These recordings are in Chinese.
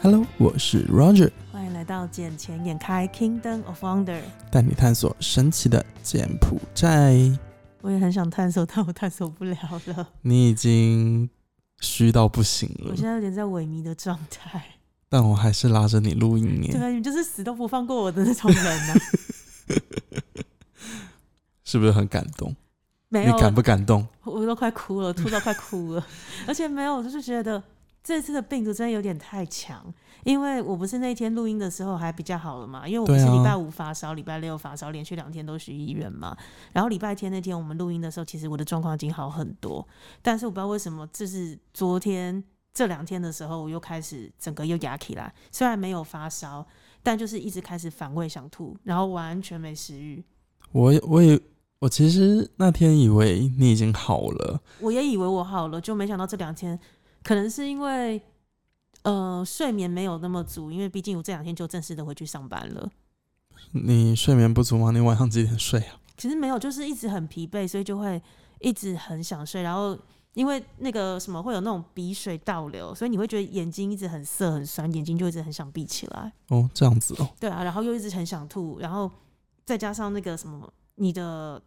Hello，我是 Roger，欢迎来到捡钱眼开 Kingdom of Wonder。带你探索神奇的柬埔寨。我也很想探索，但我探索不了了。你已经虚到不行我了，现在有点在萎靡的状态，但我还是拉着你录音对耶，啊，你就是死都不放过我的那种人呢、啊。是不是很感动？没你有，感不感动？我都快哭了，吐到快哭 了。而且没有，我就是觉得这次的病毒真的有点太强，因为我不是那天录音的时候还比较好了嘛，因为我不对是啊礼拜五发烧，礼拜六发烧，连续两天都去医院嘛。然后礼拜天那天我们录音的时候，其实我的状况已经好很多，但是我不知道为什么，就是昨天。这两天的时候，我又开始整个又压起来，虽然没有发烧，但就是一直开始反胃想吐，然后完全没食欲。我也我也我其实那天以为你已经好了，我也以为我好了，就没想到这两天可能是因为呃睡眠没有那么足，因为毕竟我这两天就正式的回去上班了。你睡眠不足吗？你晚上几点睡啊？其实没有，就是一直很疲惫，所以就会一直很想睡，然后。因为那个什么会有那种鼻水倒流，所以你会觉得眼睛一直很涩很酸，眼睛就一直很想闭起来。哦，这样子哦，对啊，然后又一直很想吐，然后再加上那个什么，你的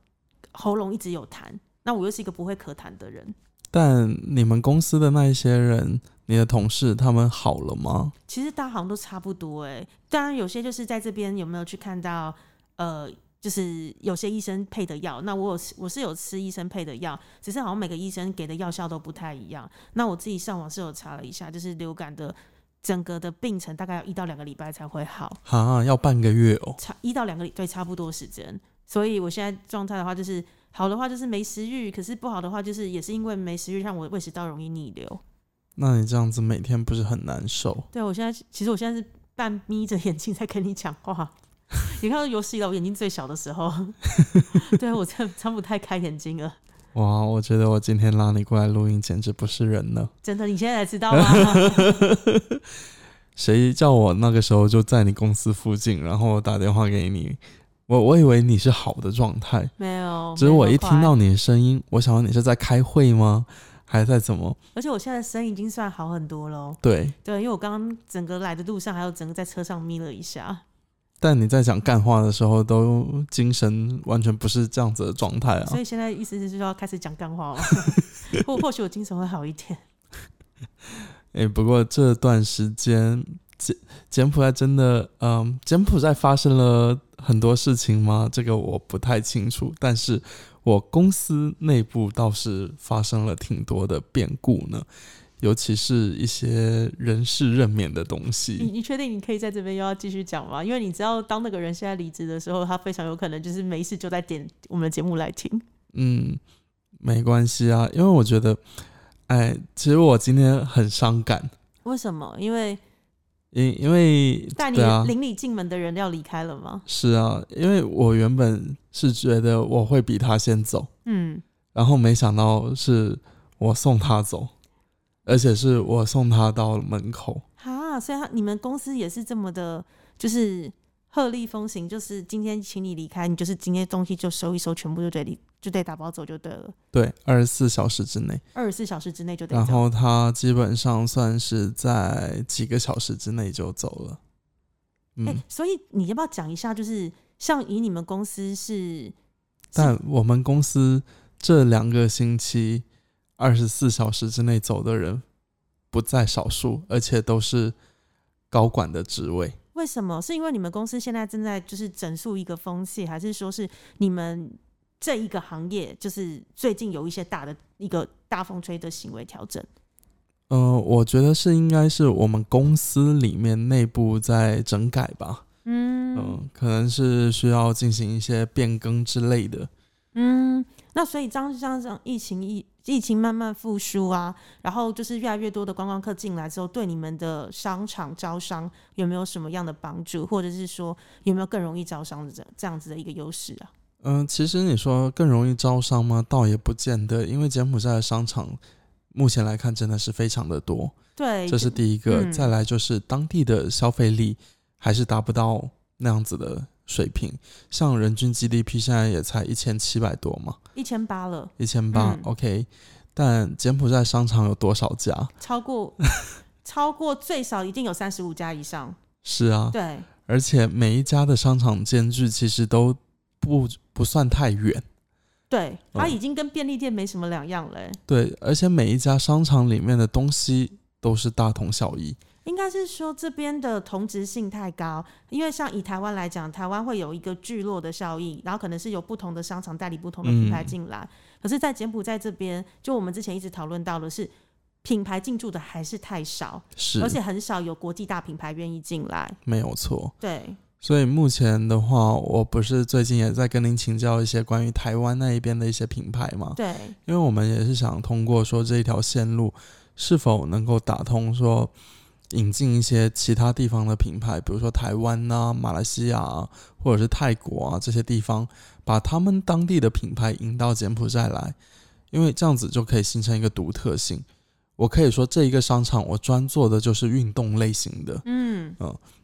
喉咙一直有痰，那我又是一个不会咳痰的人，但你们公司的那一些人，你的同事他们好了吗？其实大家好像都差不多哎、当然有些就是在这边有没有去看到，呃，就是有些医生配的药，那我有吃我是有吃医生配的药，只是好像每个医生给的药效都不太一样。那我自己上网是有查了一下，就是流感的整个的病程大概要一到两个礼拜才会好，哈，要半个月哦。差一到两个礼对差不多时间。所以我现在状态的话，就是好的话就是没食欲，可是不好的话就是也是因为没食欲，让我胃食道容易逆流。那你这样子每天不是很难受？对，啊我现在其实我现在是半眯着眼睛在跟你讲话。你看，有史以来我眼睛最小的时候，对啊我真的张不太开眼睛了。哇，我觉得我今天拉你过来录音简直不是人呢。 真的，你现在才知道吗？ 谁叫我那个时候就在你公司附近，然后打电话给你，我我以为你是好的状态，没有，只是我一听哦没那么到你的声音，我想问你是在开会吗？还在怎么？快，而且我现在声音已经算好很多喽。对，对，因为我刚刚整个来的路上，还有整个在车上眯了一下。但你在讲干话的时候，都精神完全不是这样子的状态啊所。以现在意思是说要开始讲干 话哦，或或许我精神会好一点。诶，不过这段时间柬柬埔寨真的，嗯，柬埔寨发生了很多事情吗？这个我不太清楚，但是我公司内部倒是发生了挺多的变故呢，尤其是一些人事任免的东你西。你确定你可以在这边又要继续讲吗？因为你知道，当那个人现在离职的时候，他非常有可能就是没事就在点我们的节目来听。嗯，没关系啊，因为我觉得，哎，其实我今天很伤感，为什么？因为因因为带你对啊，邻里进门的人要离开了吗？是啊，因为我原本是觉得我会比他先走。嗯，然后没想到是我送他走，而且是我送他到门口。哈，所以他你们公司也是这么的，就是鹤立风行，就是今天请你离开，你就是今天东西就收一收，全部就得离，就得打包走就对了，对，二十四小时之内，二十四小时之内就得然走。后他基本上算是在几个小时之内就走了。嗯，哎、所以你要不要讲一下，就是像以你们公司是，但我们公司这两个星期二十四小时之内走的人不在少数，而且都是高管的职位。为什么？是因为你们公司现在正在就是整肃一个风气，还是说是你们这一个行业就是最近有一些大的一个大风吹的行为调整？呃，我觉得是应该是我们公司里面内部在整改吧。嗯嗯，可能是需要进行一些变更之类的。嗯，那所以这样这样这样，疫情疫疫情慢慢复苏啊，然后就是越来越多的观光客进来之后，对你们的商场招商有没有什么样的帮助，或者是说有没有更容易招商的这这样子的一个优势啊？嗯、其实你说更容易招商吗？倒也不见得，因为柬埔寨的商场目前来看真的是非常的多，对，这是第一个。嗯再来就是当地的消费力还是达不到那样子的水平，像人均 GDP 现在也才一千七百多嘛，一千八了，一千八嗯，OK。但柬埔寨商场有多少家？超过超过最少一定有三十五家以上。是啊，对，而且每一家的商场间距其实都不不算太远。对，它、嗯已经跟便利店没什么两样了欸、对，而且每一家商场里面的东西都是大同小异。应该是说这边的同质性太高，因为像以台湾来讲，台湾会有一个聚落的效应，然后可能是有不同的商场代理不同的品牌进来。可是，在柬埔寨这边，就我们之前一直讨论到的是，品牌进驻的还是太少，是，而且很少有国际大品牌愿意进来。没有错。对，所以目前的话，我不是最近也在跟您请教一些关于台湾那一边的一些品牌嘛？对，因为我们也是想通过说这一条线路是否能够打通，说引进一些其他地方的品牌，比如说台湾呐、马来西亚、啊、或者是泰国啊这些地方，把他们当地的品牌引到柬埔寨来，因为这样子就可以形成一个独特性。我可以说这一个商场我专做的就是运动类型的，嗯，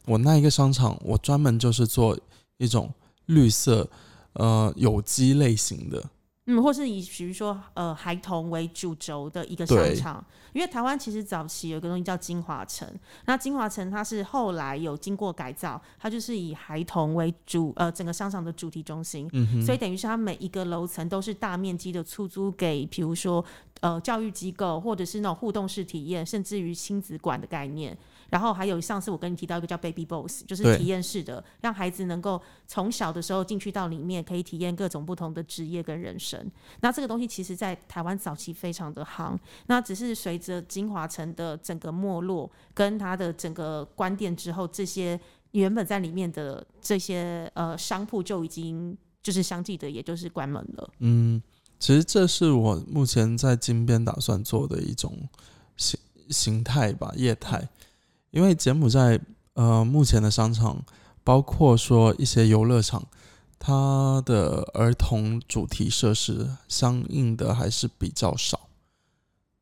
我那一个商场，我专门就是做一种绿色、呃有机类型的，嗯，或是以比如说呃孩童为主轴的一个对商场，因为台湾其实早期有一个东西叫金华城，那金华城它是后来有经过改造，它就是以孩童为主呃整个商场的主题中心，嗯哼，所以等于是它每一个楼层都是大面积的出租给，比如说呃教育机构或者是那种互动式体验，甚至于亲子馆的概念。然后还有上次我跟你提到一个叫 Baby Boss，就是对体验式的，让孩子能够从小的时候进去到里面，可以体验各种不同的职业跟人生。那这个东西其实在台湾早期非常的夯，那只是随着金华城的整个没落跟它的整个关店之后，这些原本在里面的这些呃商铺就已经就是相继的，也就是关门了。嗯，其实这是我目前在金边打算做的一种形形态吧，业态。因为柬埔寨呃目前的商场，包括说一些游乐场，它的儿童主题设施相应的还是比较少，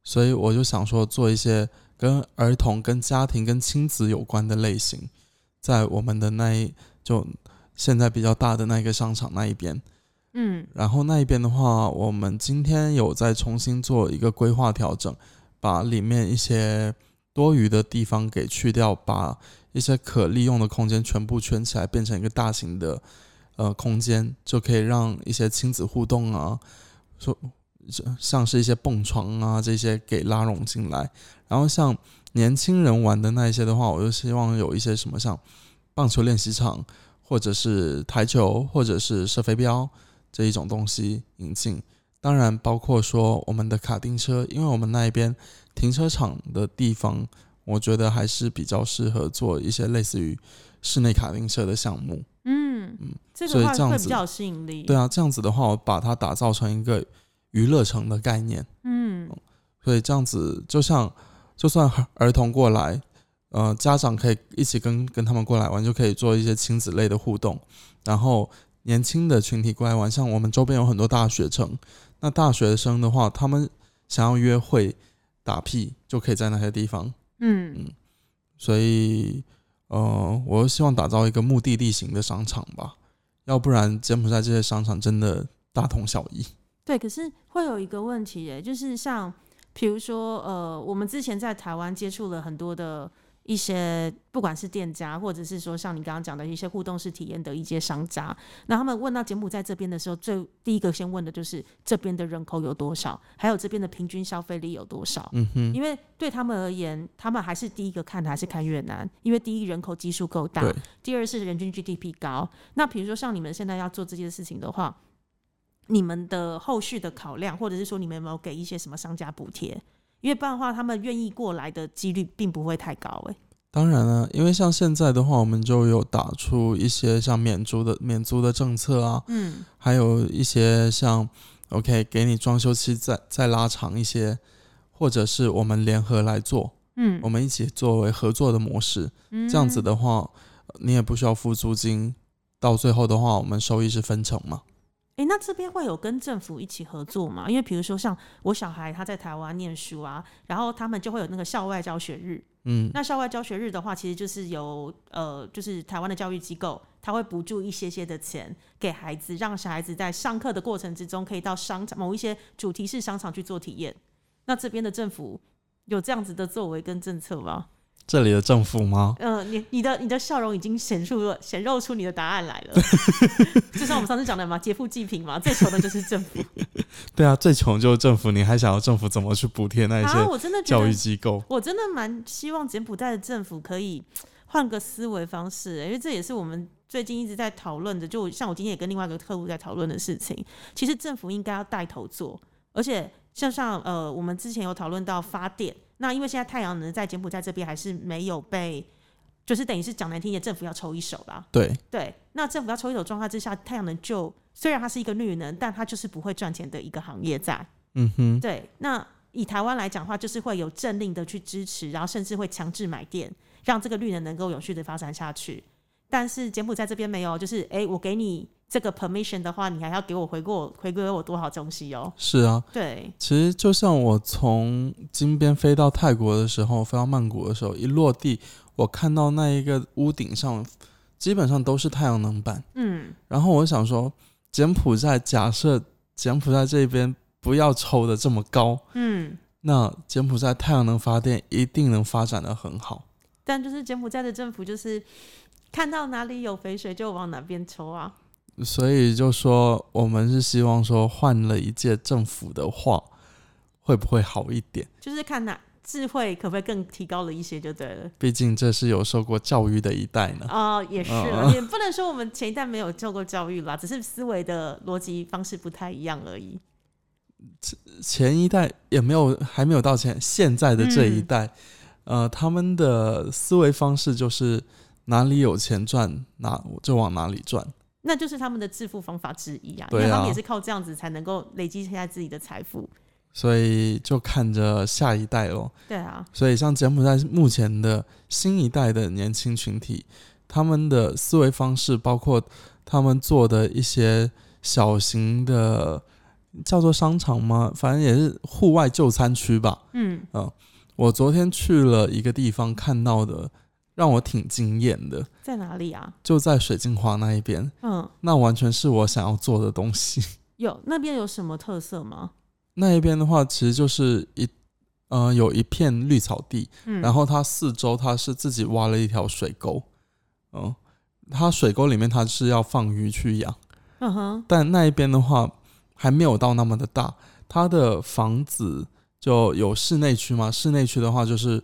所以我就想说做一些跟儿童、跟家庭、跟亲子有关的类型，在我们的那一就现在比较大的那一个商场那一边。嗯，然后那一边的话，我们今天有再重新做一个规划调整，把里面一些多余的地方给去掉，把一些可利用的空间全部圈起来，变成一个大型的呃空间，就可以让一些亲子互动啊，说这像是一些蹦床啊这些给拉拢进来。然后像年轻人玩的那一些的话，我就希望有一些什么像棒球练习场，或者是台球，或者是射飞镖。这一种东西引进。当然，包括说我们的卡丁车，因为我们那一边停车场的地方，我觉得还是比较适合做一些类似于室内卡丁车的项目。嗯，这所以个话这样会子比较有吸引力。对啊，这样子的话，我把它打造成一个娱乐城的概念。嗯，所以这样子，就像就算儿儿童过来，呃，家长可以一起跟跟他们过来玩，就可以做一些亲子类的互动。然后年轻的群体过来玩，像我们周边有很多大学生，那大学生的话，他们想要约会、打屁，就可以在那些地方。嗯，所以，呃，我希望打造一个目的地型的商场吧，要不然柬埔寨这些商场真的大同小异。对。可是会有一个问题耶，就是像比如说呃，我们之前在台湾接触了很多的一些，不管是店家，或者是说像你刚刚讲的一些互动式体验的一些商家，那他们问到柬埔寨这边的时候，最第一个先问的就是这边的人口有多少，还有这边的平均消费力有多少。嗯哼，因为对他们而言，他们还是第一个看的还是看越南，因为第一人口基数够大对，第二是人均 GDP 高。那比如说像你们现在要做这件事情的话，你们的后续的考量，或者是说你们有没有给一些什么商家补贴？因为不然的话，他们愿意过来的几率并不会太高、欸。当然了、因为像现在的话，我们就有打出一些像免租的免租的政策啊，嗯，还有一些像 OK 给你装修期再再拉长一些，或者是我们联合来做，嗯我们一起作为合作的模式，嗯哦这样子的话，你也不需要付租金，到最后的话，我们收益是分成嘛。诶，那这边会有跟政府一起合作吗？因为比如说像我小孩他在台湾念书啊，然后他们就会有那个校外教学日，嗯，那校外教学日的话，其实就是由呃，就是台湾的教育机构，他会补助一些些的钱给孩子，让小孩子在上课的过程之中，可以到商场某一些主题式商场去做体验。那这边的政府有这样子的作为跟政策吗？这里的政府吗？呃，你你的你的笑容已经显出了显露出你的答案来 了，就像我们上次讲的嘛，劫富济贫嘛，最穷的就是政 府。对啊，最穷就是政府，你还想要政府怎么去补贴那一啊，些我真的觉教育得，机构？我真的蛮希望柬埔寨的政府可以换个思维方式、欸因为这也是我们最近一直在讨论的。就像我今天也跟另外一个客户在讨论的事情，其实政府应该要带头做，而且像像呃，我们之前有讨论到发电，那因为现在太阳能在柬埔寨这边还是没有被，就是等于是讲难听一点，政府要抽一手啦。对，对，那政府要抽一手状态之下，太阳能就虽然它是一个绿能，但它就是不会赚钱的一个行业在。嗯哼，对，那以台湾来讲的话，就是会有政令的去支持，然后甚至会强制买电，让这个绿能能够永续的发展下去。但是柬埔寨这边没有，就是诶，我给你这个 permission 的话，你还要给我回过回归我多少东西哦。是啊，对，其实就像我从金边飞到泰国的时候，飞到曼谷的时候，一落地，我看到那一个屋顶上基本上都是太阳能板，嗯，然后我想说，柬埔寨假设柬埔寨这边不要抽的这么高，嗯。那柬埔寨太阳能发电一定能发展的很好。但就是柬埔寨的政府就是看到哪里有肥水就往哪边抽啊。所以就说我们是希望说换了一届政府的话，会不会好一点？就是看哪智慧可不可以更提高了一些就对了。毕竟这是有受过教育的一代呢。哦，也是嗯了，嗯也不能说我们前一代没有受过教育啦，只是思维的逻辑方式不太一样而已。前一代也没有，还没有到前现在的这一嗯代，呃，他们的思维方式就是哪里有钱赚，哪就往哪里赚。那就是他们的致富方法之一啊，因对啊为他们也是靠这样子才能够累积下自己的财富。所以就看着下一代咯。对啊，所以像柬埔寨目前的新一代的年轻群体，他们的思维方式，包括他们做的一些小型的叫做商场吗？反正也是户外就餐区吧。嗯，我昨天去了一个地方，看到的让我挺惊艳的，在哪里啊？就在水晶华那一边，嗯，那完全是我想要做的东西。 有那边有什么特色吗？那一边的话，其实就是一，呃，有一片绿草地，嗯，然后它四周它是自己挖了一条水沟，嗯，它水沟里面它是要放鱼去养，嗯哼，但那一边的话还没有到那么的大，它的房子就有室内区嘛，室内区的话就是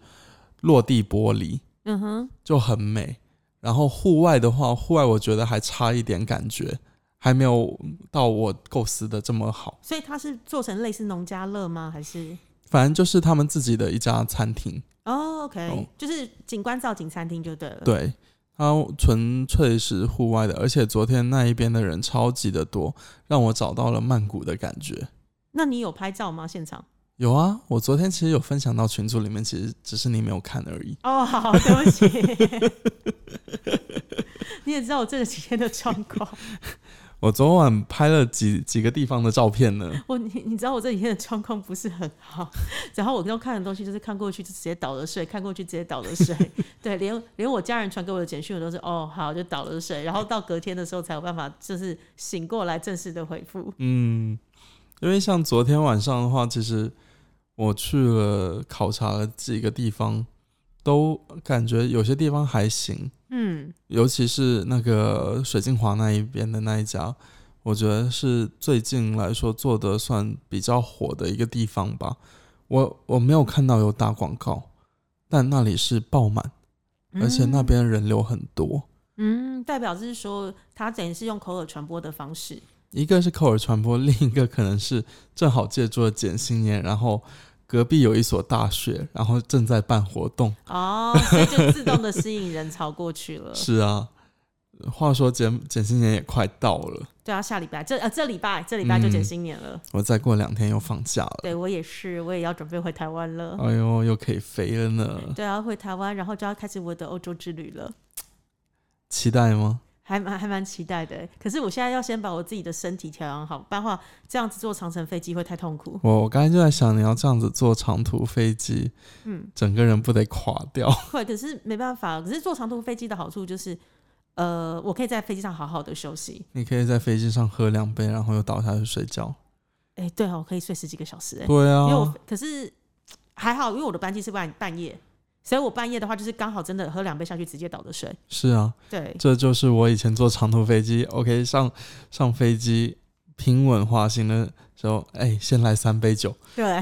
落地玻璃，嗯哼，就很美。然后户外的话，户外我觉得还差一点感觉，还没有到我构思的这么好。所以它是做成类似农家乐吗？还是反正就是他们自己的一家餐厅，哦，OK，哦就是景观造景餐厅就对了。，对，它纯粹是户外的，而且昨天那一边的人超级的多，让我找到了曼谷的感觉。那你有拍照吗？现场？有啊，我昨天其实有分享到群组里面，其实只是你没有看而已。哦，好，对不起。 你也知道我这几天的状况， 我昨晚拍了几几个地方的照片呢，我你你知道我这几天的状况不是很好， 然后我都看的东西就是看过去就直接倒了睡，看过去直接倒了 睡，对，连连我家人传给我的简讯我都是哦好就倒了睡，然后到隔天的时候才有办法就是醒过来正式的回复，嗯，因为像昨天晚上的话，其实我去了考察了几个地方，都感觉有些地方还行，嗯尤其是那个水晶华那一边的那一家，我觉得是最近来说做的算比较火的一个地方吧。我我没有看到有打广告，但那里是爆满，嗯而且那边人流很多。嗯代表就是说他等于是用口耳传播的方式，一个是口耳传播，另一个可能是正好借助了简新年，然后隔壁有一所大学，然后正在办活动。哦，所以就自动的吸引人潮过去了，是啊，话说简简新年也快到了，对啊，下礼拜这呃这礼拜这礼拜就减新年了。我再过两天又放假了，对我也是，我也要准备回台湾了。哎呦，又可以飞了呢，对啊，回台湾，然后就要开始我的欧洲之旅了，期待吗？还蛮还蛮期待的欸。可是我现在要先把我自己的身体调养好，不然的话这样子坐长城飞机会太痛苦。我我刚才就在想，你要这样子坐长途飞机，嗯，整个人不得垮掉？ 会，可是没办法。可是坐长途飞机的好处就是，呃，我可以在飞机上好好的休息。你可以在飞机上喝两杯，然后又倒下去睡觉。哎、对啊，我可以睡十几个小时哎、对因为我啊，可是还好，因为我的班机是半半夜，所以我半夜的话就是刚好真的喝两杯下去直接倒的水。是啊，对，这就是我以前坐长途飞机，OK，上上飞机平稳滑行的时候，哎，先来三杯酒，对，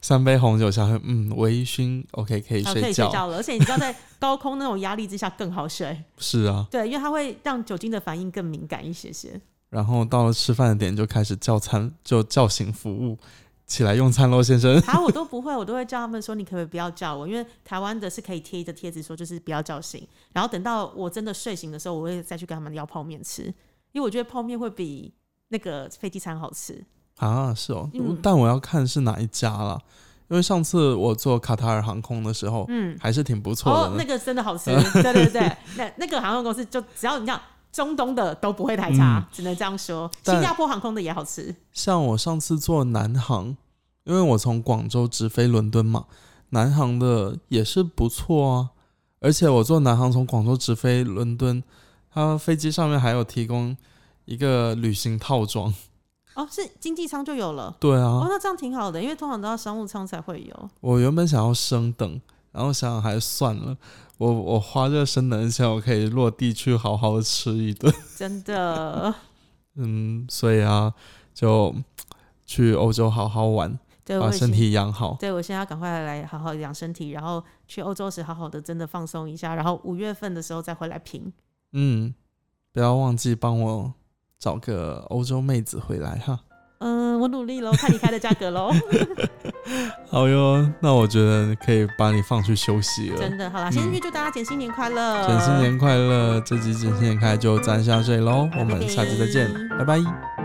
三杯红酒下去，嗯，微醺，OK，可以哦好睡哦可以觉。睡觉了。而且你知道，在高空那种压力之下更好睡，是啊，对，因为它会让酒精的反应更敏感一些些。然后到了吃饭的点就开始叫餐，就叫醒服务，起来用餐喽，先生。还有我都不会，我都会叫他们说，你可不可以不要叫我？因为台湾的是可以贴一个贴纸说，就是不要叫醒。然后等到我真的睡醒的时候，我会再去跟他们要泡面吃，因为我觉得泡面会比那个飞机餐好吃。啊，是哦，嗯但我要看是哪一家啦，因为上次我坐卡塔尔航空的时候，嗯，还是挺不错的哦呢。，那个真的好吃，对对对，那那个航空公司就只要你讲中东的都不会太差，嗯只能这样说。但新加坡航空的也好吃，像我上次坐南航，因为我从广州直飞伦敦嘛，南航的也是不错啊。而且我坐南航从广州直飞伦敦，它飞机上面还有提供一个旅行套装。 哦，是经济舱就有了。对啊，哦，那这样挺好的，因为通常都要商务舱才会有。我原本想要升等，然后想想还是算了，我我花这个升等的钱，我可以落地去好好的吃一顿。 真 的。嗯，所以啊，就去欧洲好好玩，对，我把也身是。体养好。对我现在要赶快来好好养身体，然后去欧洲时好好的真的放松一下，然后五月份的时候再回来评。嗯，不要忘记帮我找个欧洲妹子回来哈。嗯，我努力喽，看你开的价格喽。好哟，那我觉得可以把你放去休息了。 真的，好啦，先嗯预祝大家减新年快乐，整新年快乐！这集整新年开就暂时到这里喽，我们下期再见，拜拜。